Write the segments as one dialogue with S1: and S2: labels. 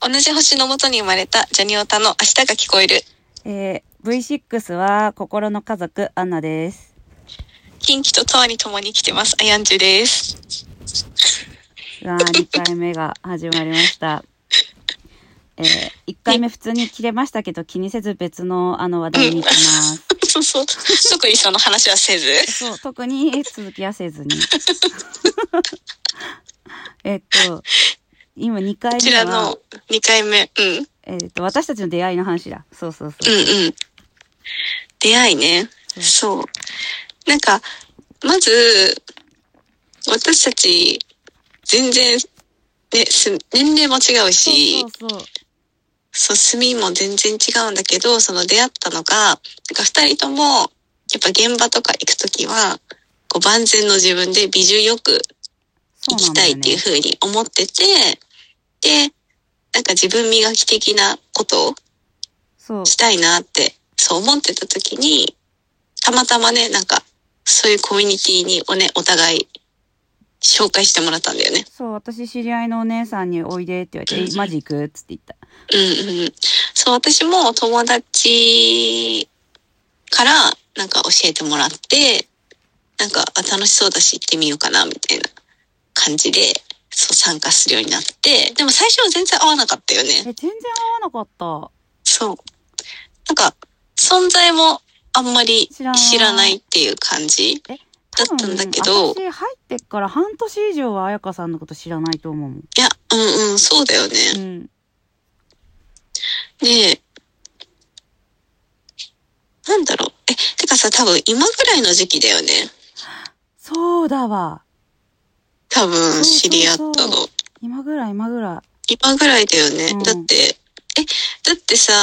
S1: 同じ星のもとに生まれたジャニオタの明日が聞こえる。
S2: えー、V6 は心の家族、アンナです。
S1: 近畿ととわに共に来てます。あやんじゅです。
S2: さあ、2回目が始まりました。えー、1回目普通に切れましたけど、気にせず別のあの話題に行きます。
S1: そうそう。特にその話はせず。
S2: そう、特に続きはせずに。 えっと、今2回
S1: こち
S2: 目
S1: ら
S2: は
S1: の、2回目。うん。うんうん。
S2: えっと、私たちの出会いの話だ。そうそうそう。
S1: 出会いね。
S2: うん
S1: そう。なんか、まず、私たち、全然、ね、す年齢も違うし、
S2: そうそうそう。
S1: そう、住みも全然違うんだけど、その出会ったのが、なんか二人とも、やっぱ現場とか行くときは、こう万全の自分で美女よく
S2: そ
S1: 行き
S2: うなんだ
S1: たい
S2: よ
S1: っ
S2: ね
S1: ていうふうに思ってて、で、なんか自分磨き的なことを
S2: そう。
S1: したいなって、そう思ってたときに、たまたまね、なんか、そういうコミュニティにおね、お互い、紹介してもらったんだよね。
S2: そう、私知り合いのお姉さんにおいでって言われて、えマジ行くっつって言った。
S1: うんうん。そう、私も友達からなんか教えてもらって、なんか、あ、楽しそうだし行ってみようかな、みたいな感じで、そう参加するようになって、でも最初は全然合わなかったよね。
S2: え、全然合わなかっ
S1: そう。なんか、存在もあんまり
S2: 知らない
S1: 知らないっていう感じ。
S2: た。
S1: だったんだけど
S2: 私入ってっから半年以上は彩香さんのこと知らないと思うもん。
S1: いや、うんうん、そうだよね。
S2: うん。
S1: で、なんだろう。え、てかさ、多分今ぐらいの時期だよね。
S2: そうだわ。
S1: 多分
S2: そうそ
S1: 知
S2: う
S1: り合ったの。
S2: 今ぐらい今ぐらい。
S1: 今ぐらいだよね。
S2: うん
S1: だって、え、だってさ、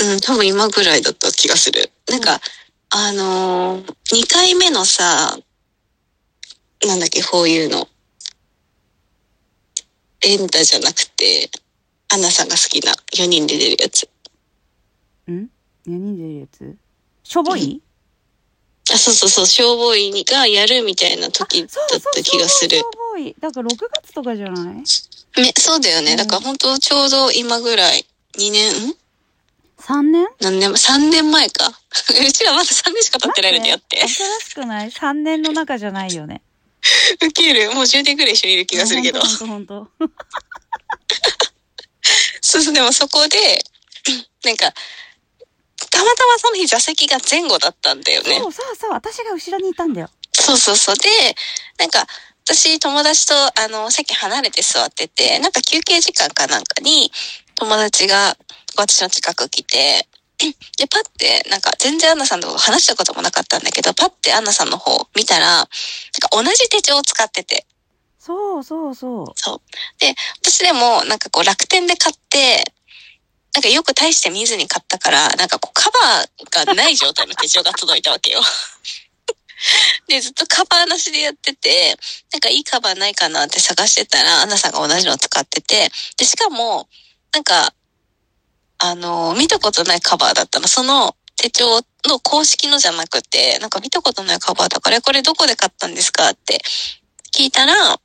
S1: うん、多分今ぐらいだった気がする。なんか、あのー、2回目のさ、なんだっけ、こういうの。エンタじゃなくて、アンナさんが好きな4人で出るやつ。
S2: ん ?4 人でいるやつしょぼい、
S1: あ、そうそうそう、消防員がやるみたいな時だ
S2: そうそう
S1: っ
S2: そう
S1: た気がする
S2: しょ。ぼい。だから6月とかじゃない
S1: ね、そうだよ
S2: う
S1: ね。
S2: ん
S1: だから本当ちょうど今ぐらい、2年、ん
S2: ?3 年
S1: 何年、3年前か。 うちらまだ3年しか経ってないのにやって。
S2: 新しくない ?3 年の中じゃないよね。
S1: ウケる。もう10年ぐらい一緒にいる気がするけど。
S2: ほんとほんとほんと。
S1: そうそう、でもそこで、 なんか、たまたまその日座席が前後だったんだよね
S2: そ。うそうそう、私が後ろにいたんだよ。
S1: そうそうそう。で、なんか、私友達と、あの、席離れて座ってて、なんか休憩時間かなんかに、友達が私の近く来て、で、パッて、なんか全然アンナさんと話したこともなかったんだけど、パッてアンナさんの方見たら、なんか同じ手帳を使ってて、
S2: そうそうそう。
S1: そう。で、私でも、なんかこう楽天で買って、なんかよく大して見ずに買ったから、なんかこうカバーがない状態の手帳が届いたわけよ。で、ずっとカバーなしでやってて、なんかいいカバーないかなって探してたら、アンナさんが同じのを使ってて、で、しかも、なんか、あのー見たことないカバーだったの。その手帳の公式のじゃなくて、なんか見たことないカバーだから、これどこで買ったんですかって聞いたら、なん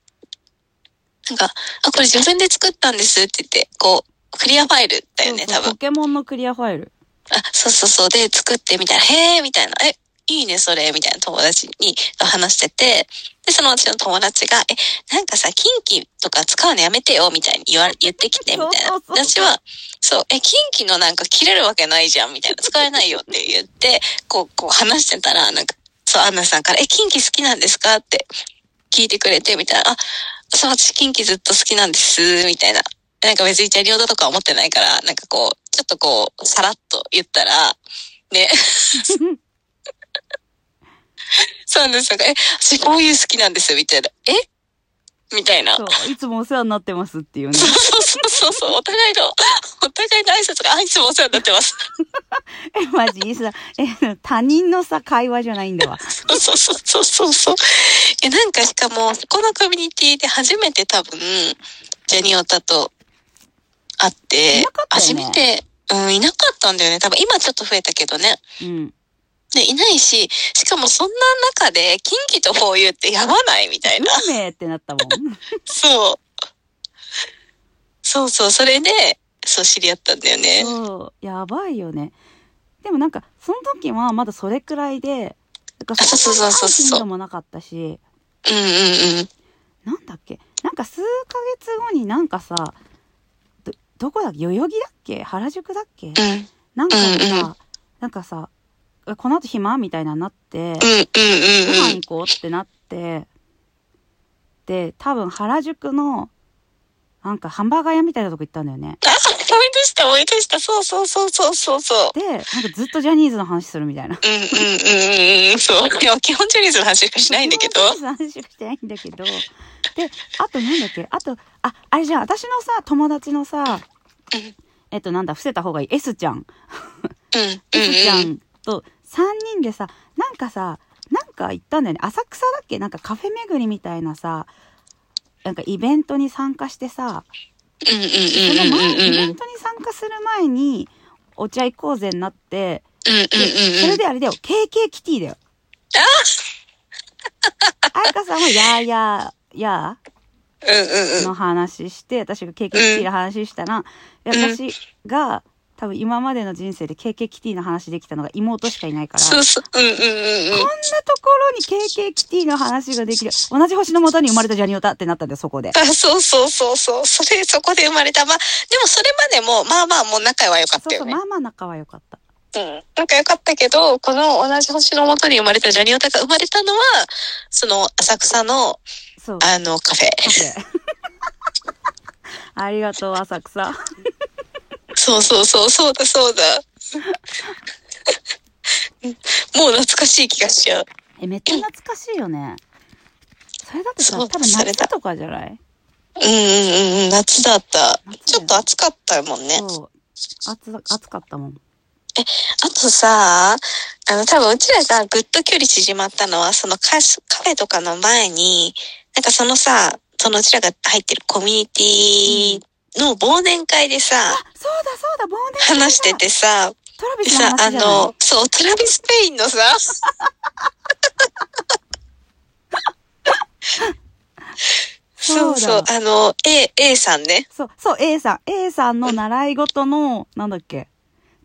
S1: か、あ、これ自分で作ったんですって言って、こう、クリアファイルだよね、
S2: そう
S1: 多
S2: そう
S1: 分
S2: ポ。ケモンのクリアファイル。
S1: あ、そうそうそう、で、作ってみたら、へえ、みたいな、え、いいね、それ、みたいな友達に話してて、で、その私の友達が、え、なんかさ、キンキとか使うのやめてよ、みたいに言わ、言ってきて、みたい
S2: そ
S1: な
S2: う。そうそう
S1: 私は、そう、え、キンキのなんか切れるわけないじゃん、みたいな、使えないよって言って、 こう、こう話してたら、なんか、そう、アンナさんから、え、キンキ好きなんですかって聞いてくれて、みたいな、あ、そう、私キンキずっと好きなんです、みたいな。なんか別にジャニオタとか思ってないから、なんかこう、ちょっとこう、さらっと言ったら、ね。そうなんですよ。え、私こういう好きなんです、みたいな。えみたいな。
S2: そ
S1: そう
S2: う、いつもお世話になってますっていうね。
S1: そうそうそう。お互いの、お互いの挨拶が、あ、いつもお世話になってます。
S2: え、 マジさ、え、他人のさ、会話じゃないんだわ。
S1: そうそうそうそうそう。え、なんかしかも、そこのコミュニティで初めて多分、ジャニオタと会って、
S2: いなかったよ
S1: 初
S2: ね
S1: めて、うん、いなかったんだよね。多分今ちょっと増えたけどね。
S2: うん。
S1: で、いないし、しかもそんな中で、近畿とホーユーってやばないみたいな。
S2: 運命ってなったもん。
S1: そう。そうそう、それで、そう知り合ったんだよね。
S2: そう、やばいよね。でもなんか、その時はまだそれくらいで、なんか
S1: あそうそうそうそう
S2: 頻度もなかったし、
S1: うんうんうん。
S2: なんだっけなんか数ヶ月後になんかさ、ど、どこだっけ代々木だっけ原宿だっけ
S1: うん。うん
S2: なんかさ、
S1: うんう
S2: なんかさ、えこの後暇みたいなのになっ
S1: うんうん
S2: て、ご
S1: う
S2: 飯
S1: ん。
S2: 行こうってなって、で、多分原宿の、なんかハンバーガー屋みたいなとこ行ったんだよね。
S1: あ、思い出した思い出した。そうそうそうそうそうそう。
S2: で、なんかずっとジャニーズの話するみたいな。
S1: うんうんうんうんうん。そう。でも基本ジャニーズの話しかしないんだけど。
S2: ジャニーズの話しかしてないんだけど。で、あとなんだっけあと、あ、あれじゃあ、私のさ、友達のさ、えっと、なんだ、伏せた方がいい。S ちゃん。
S1: うんうんうん。
S2: S ちゃんと3人でさ、なんかさ、なんか行ったんだよね。浅草だっけなんかカフェ巡りみたいなさ、なんかイベントに参加してさ、
S1: うんうんうん
S2: その
S1: うん
S2: 前、
S1: う
S2: イ
S1: んうん。うんうんうん
S2: ベントに参加する前に、お茶行こうぜになって、
S1: うん。
S2: それであれだよ、KK キティだよ。あやかさんは、やーやー、や
S1: うんうん
S2: ー
S1: うん。
S2: の話して、私が KK キティの話したら、私が、多分今までの人生で KK キティの話できたのが妹しかいないから、こ
S1: そ
S2: ん
S1: うそう。うんうんうんうん。
S2: なところに KK キティの話ができる。同じ星の元に生まれたジャニオタってなったんだよ、そこで。
S1: あそうそうそうそう。それ、そこで生まれた。まあ、でもそれまでも、まあまあ、もう仲は良かっ
S2: そ
S1: たよ
S2: うそう、
S1: ね。
S2: まあまあ仲は良かった。
S1: うん。仲良かったけど、この同じ星の元に生まれたジャニオタが生まれたのは、その、浅草の、
S2: そう。
S1: あの、カフェ。
S2: オッケー ありがとう、浅草。
S1: そうそうそう、そうだそうだ。もう懐かしい気がしちゃう。
S2: え、めっちゃ懐かしいよね。それだってさ、
S1: そ
S2: 多
S1: う
S2: 分
S1: それだ
S2: 夏とかじゃない
S1: うんうんうんうん、夏だった。
S2: 夏だよ
S1: ちょっと暑かったもんね。
S2: そう。暑だ、暑かったもん。
S1: あとさ、あの多分うちらがぐっと距離縮まったのは、そのカスカフェとかの前に、なんかそのさ、そのうちらが入ってるコミュニティの忘年会でさ、
S2: そうだそうだ、忘年会だ
S1: 話して。てさ、
S2: トラビスの
S1: さ、あ
S2: 話じゃない
S1: の、そう、トラビス・ペインのさ、そう
S2: そ
S1: そうう、
S2: だ
S1: あの、A、A さんね。
S2: そう、そう、A さん。A さんの習い事の、なんだっけ。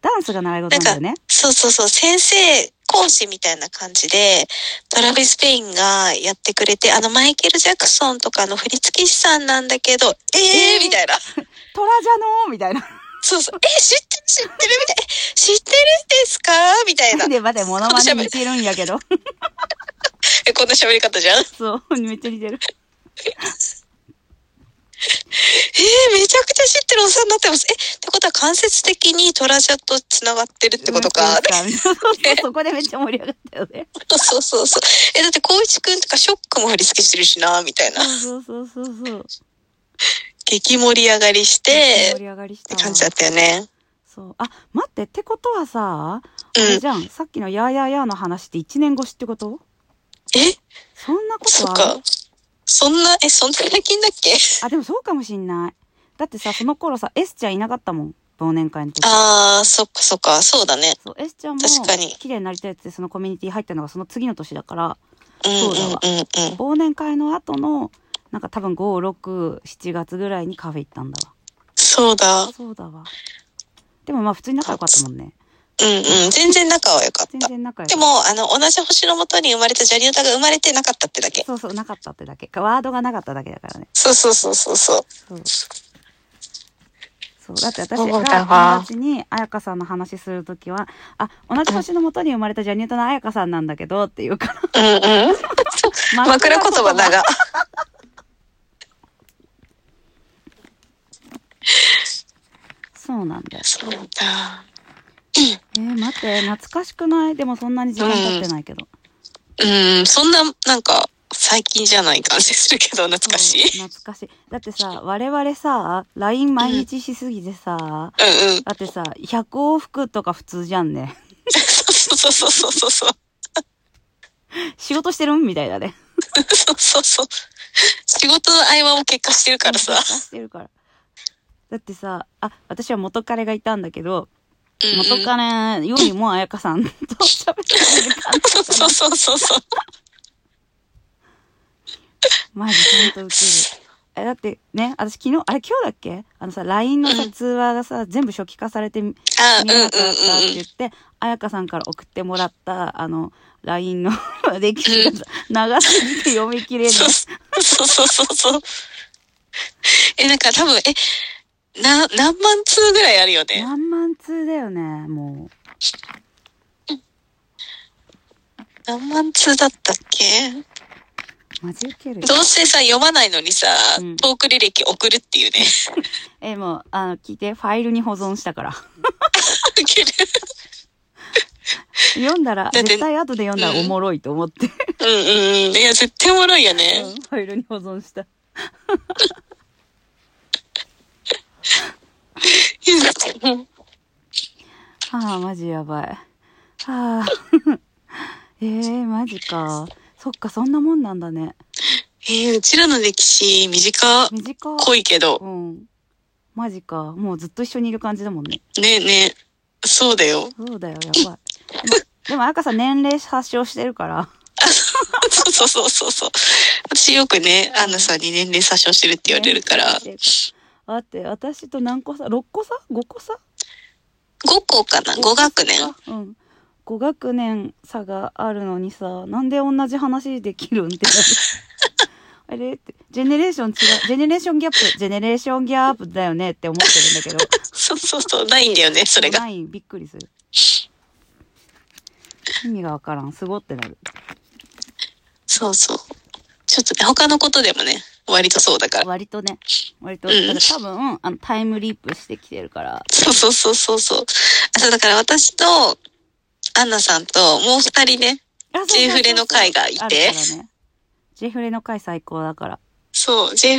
S2: ダンスが習い事なんだよね。
S1: そうそうそう、先生、講師みたいな感じで、トラビス・ペインがやってくれて、あの、マイケル・ジャクソンとかの振付師さんなんだけど、え
S2: え
S1: ー、
S2: ー
S1: みたいな。
S2: トラじゃのーみたいな。
S1: そうそう、えー、知ってる知ってるみたいな。え知ってるんですかみたいな。
S2: 待て待て、モノマネ似てるんや けど。
S1: えこんな喋り方じゃん。え
S2: そう、めっちゃ似てる。
S1: ー、めちゃくちゃ知ってるおっさんになってます。え、ってことは間接的にトラジャと繋がってるってことか。
S2: うんそうそうそこでめっちゃ盛り上がったよね。
S1: そうそうそう。え、だって、光一くんとかショックも振り付けしてるしな、みたいな。
S2: そうそうそうそうそう。
S1: 激盛り上がりして、
S2: 盛
S1: っ
S2: り上がりしてたわ。
S1: 感じだったよね。
S2: そう。あ、待って、ってことはさ、
S1: う
S2: あれ
S1: ん。
S2: じゃん、さっきのやーやーやーの話って1年越しってこと
S1: え
S2: そんなこ
S1: そ
S2: と
S1: っ
S2: ある
S1: か。そんな、え、そんな最近だっけ
S2: あ、でもそうかもしんない。だってさ、その頃さ、S ちゃんいなかったもん。忘年会の時。
S1: あー、そっかそっか。そうだね。
S2: そう、S ちゃんも
S1: 確かに、
S2: 綺麗になりたいってそのコミュニティ入ったのがその次の年だから、
S1: うんうん
S2: そうだわ
S1: うんうん。
S2: 忘年会の後の、なんか多分5、6、7月ぐらいにカフェ行ったんだ
S1: そうだ。うん
S2: わ。そうだわ。でもまあ普通に仲良かったもんね。
S1: うん。全然仲は良かっ
S2: 全
S1: た。
S2: 然仲良
S1: で
S2: かっ
S1: も、あの、同じ星のもとに生まれたジャニオタが生まれてなかったってだ
S2: た。
S1: け。
S2: そうそう、なかったってだけ。ワードがなかっただけだからね。
S1: そうそうそうそうそう。
S2: そう。そう。だって私
S1: そう
S2: が
S1: だ
S2: 友
S1: わ
S2: 達に彩香さんの話するときは、あ、同じ星のもとに生まれたジャニートの彩香さんなんだけどっていうから。
S1: うんうん。 枕言葉長。
S2: そうなんだよ。
S1: そうだ。
S2: えー、待って、懐かしくないでもそんなに時間経ってないけど。
S1: うん、そんな、なんか、最近じゃない感じするけど、懐かしい。
S2: そう懐かしい。だってさ、我々さ、LINE 毎日しすぎてさ、
S1: うんうん。
S2: だってさ、100往復とか普通じゃんね。
S1: そうそうそうそうそう。
S2: 仕事してるみたいだね。
S1: そうそうそう。仕事の合間も結果してるからさ。
S2: してるから。だってさ、あ、私は元彼がいたんだけど、
S1: うんうん
S2: 元カレよりも彩香さんと喋ってる時間
S1: そうそうそうそうそう。
S2: マジほんとウケる。えだってね、私昨日、あれ今日だっけあのさ、LINE の
S1: う
S2: さ
S1: ん
S2: 通話がさ、全部初期化されて見
S1: あ、う
S2: 見
S1: んうんうん
S2: えなかったっ
S1: う
S2: て
S1: ん。
S2: 言って、彩香さんから送ってもらった、あの、LINE の 歴史がさ長すぎて読み切れない。
S1: そうそうそうそうそう。え、なんか多分、え、な、何万通ぐらいあるよね。
S2: 何万通だよね、も
S1: 何万通だったっけ
S2: う。マジウケるよ。
S1: どうせさ、読まないのにさ、
S2: うん
S1: トーク履歴送るっていうね。
S2: え、もう、あの、聞いて、ファイルに保存したから。
S1: ウケる。
S2: 読んだら、
S1: だって
S2: 絶対後で読んだらおもろいと思って、
S1: うんうんうん。いや、絶対おもろいよね。
S2: ファイルに保存した。はあ、マジやばい。はあ。 えー、マジか。そっか、そんなもんなんだね。
S1: えーうちらの歴史、短、
S2: 短い。
S1: 濃いけど。
S2: うん。マジか。もうずっと一緒にいる感じだもんね。
S1: ねえねえ。そうだよ。
S2: そうだよ、やばい。でも、でも赤さん年齢発症してるから。
S1: そうそうそうそうそう。私よくね、アンナさんに年齢詐称してるって言われる から、5
S2: 年齢差だって、私と何個差 ?6 個差 ?5 個差
S1: 校かな ?5 学年。
S2: うん。5学年差があるのにさ、なんで同じ話できるん ってなる。あれって、ジェネレーション違う、ジェネレーションギャップ、ジェネレーションギャップだよねって思ってるんだけど、
S1: そうそうそう。ないんだよね、それが。
S2: ないびっくりする。意味がわからん、すごってなる。
S1: そうそう。ちょっとね、他のことでもね、割とそうだから。
S2: 割とね、割と、
S1: うん
S2: だから多分、あの、タイムリープしてきてるから、
S1: そうそうそうそうそう。あ、そうだから私と、アンナさんと、もう二人ね、
S2: あそうそうそうそ
S1: ジ
S2: う
S1: ェフレの会がいて
S2: あるからねジェフレの会最高だから。
S1: そう、ジェ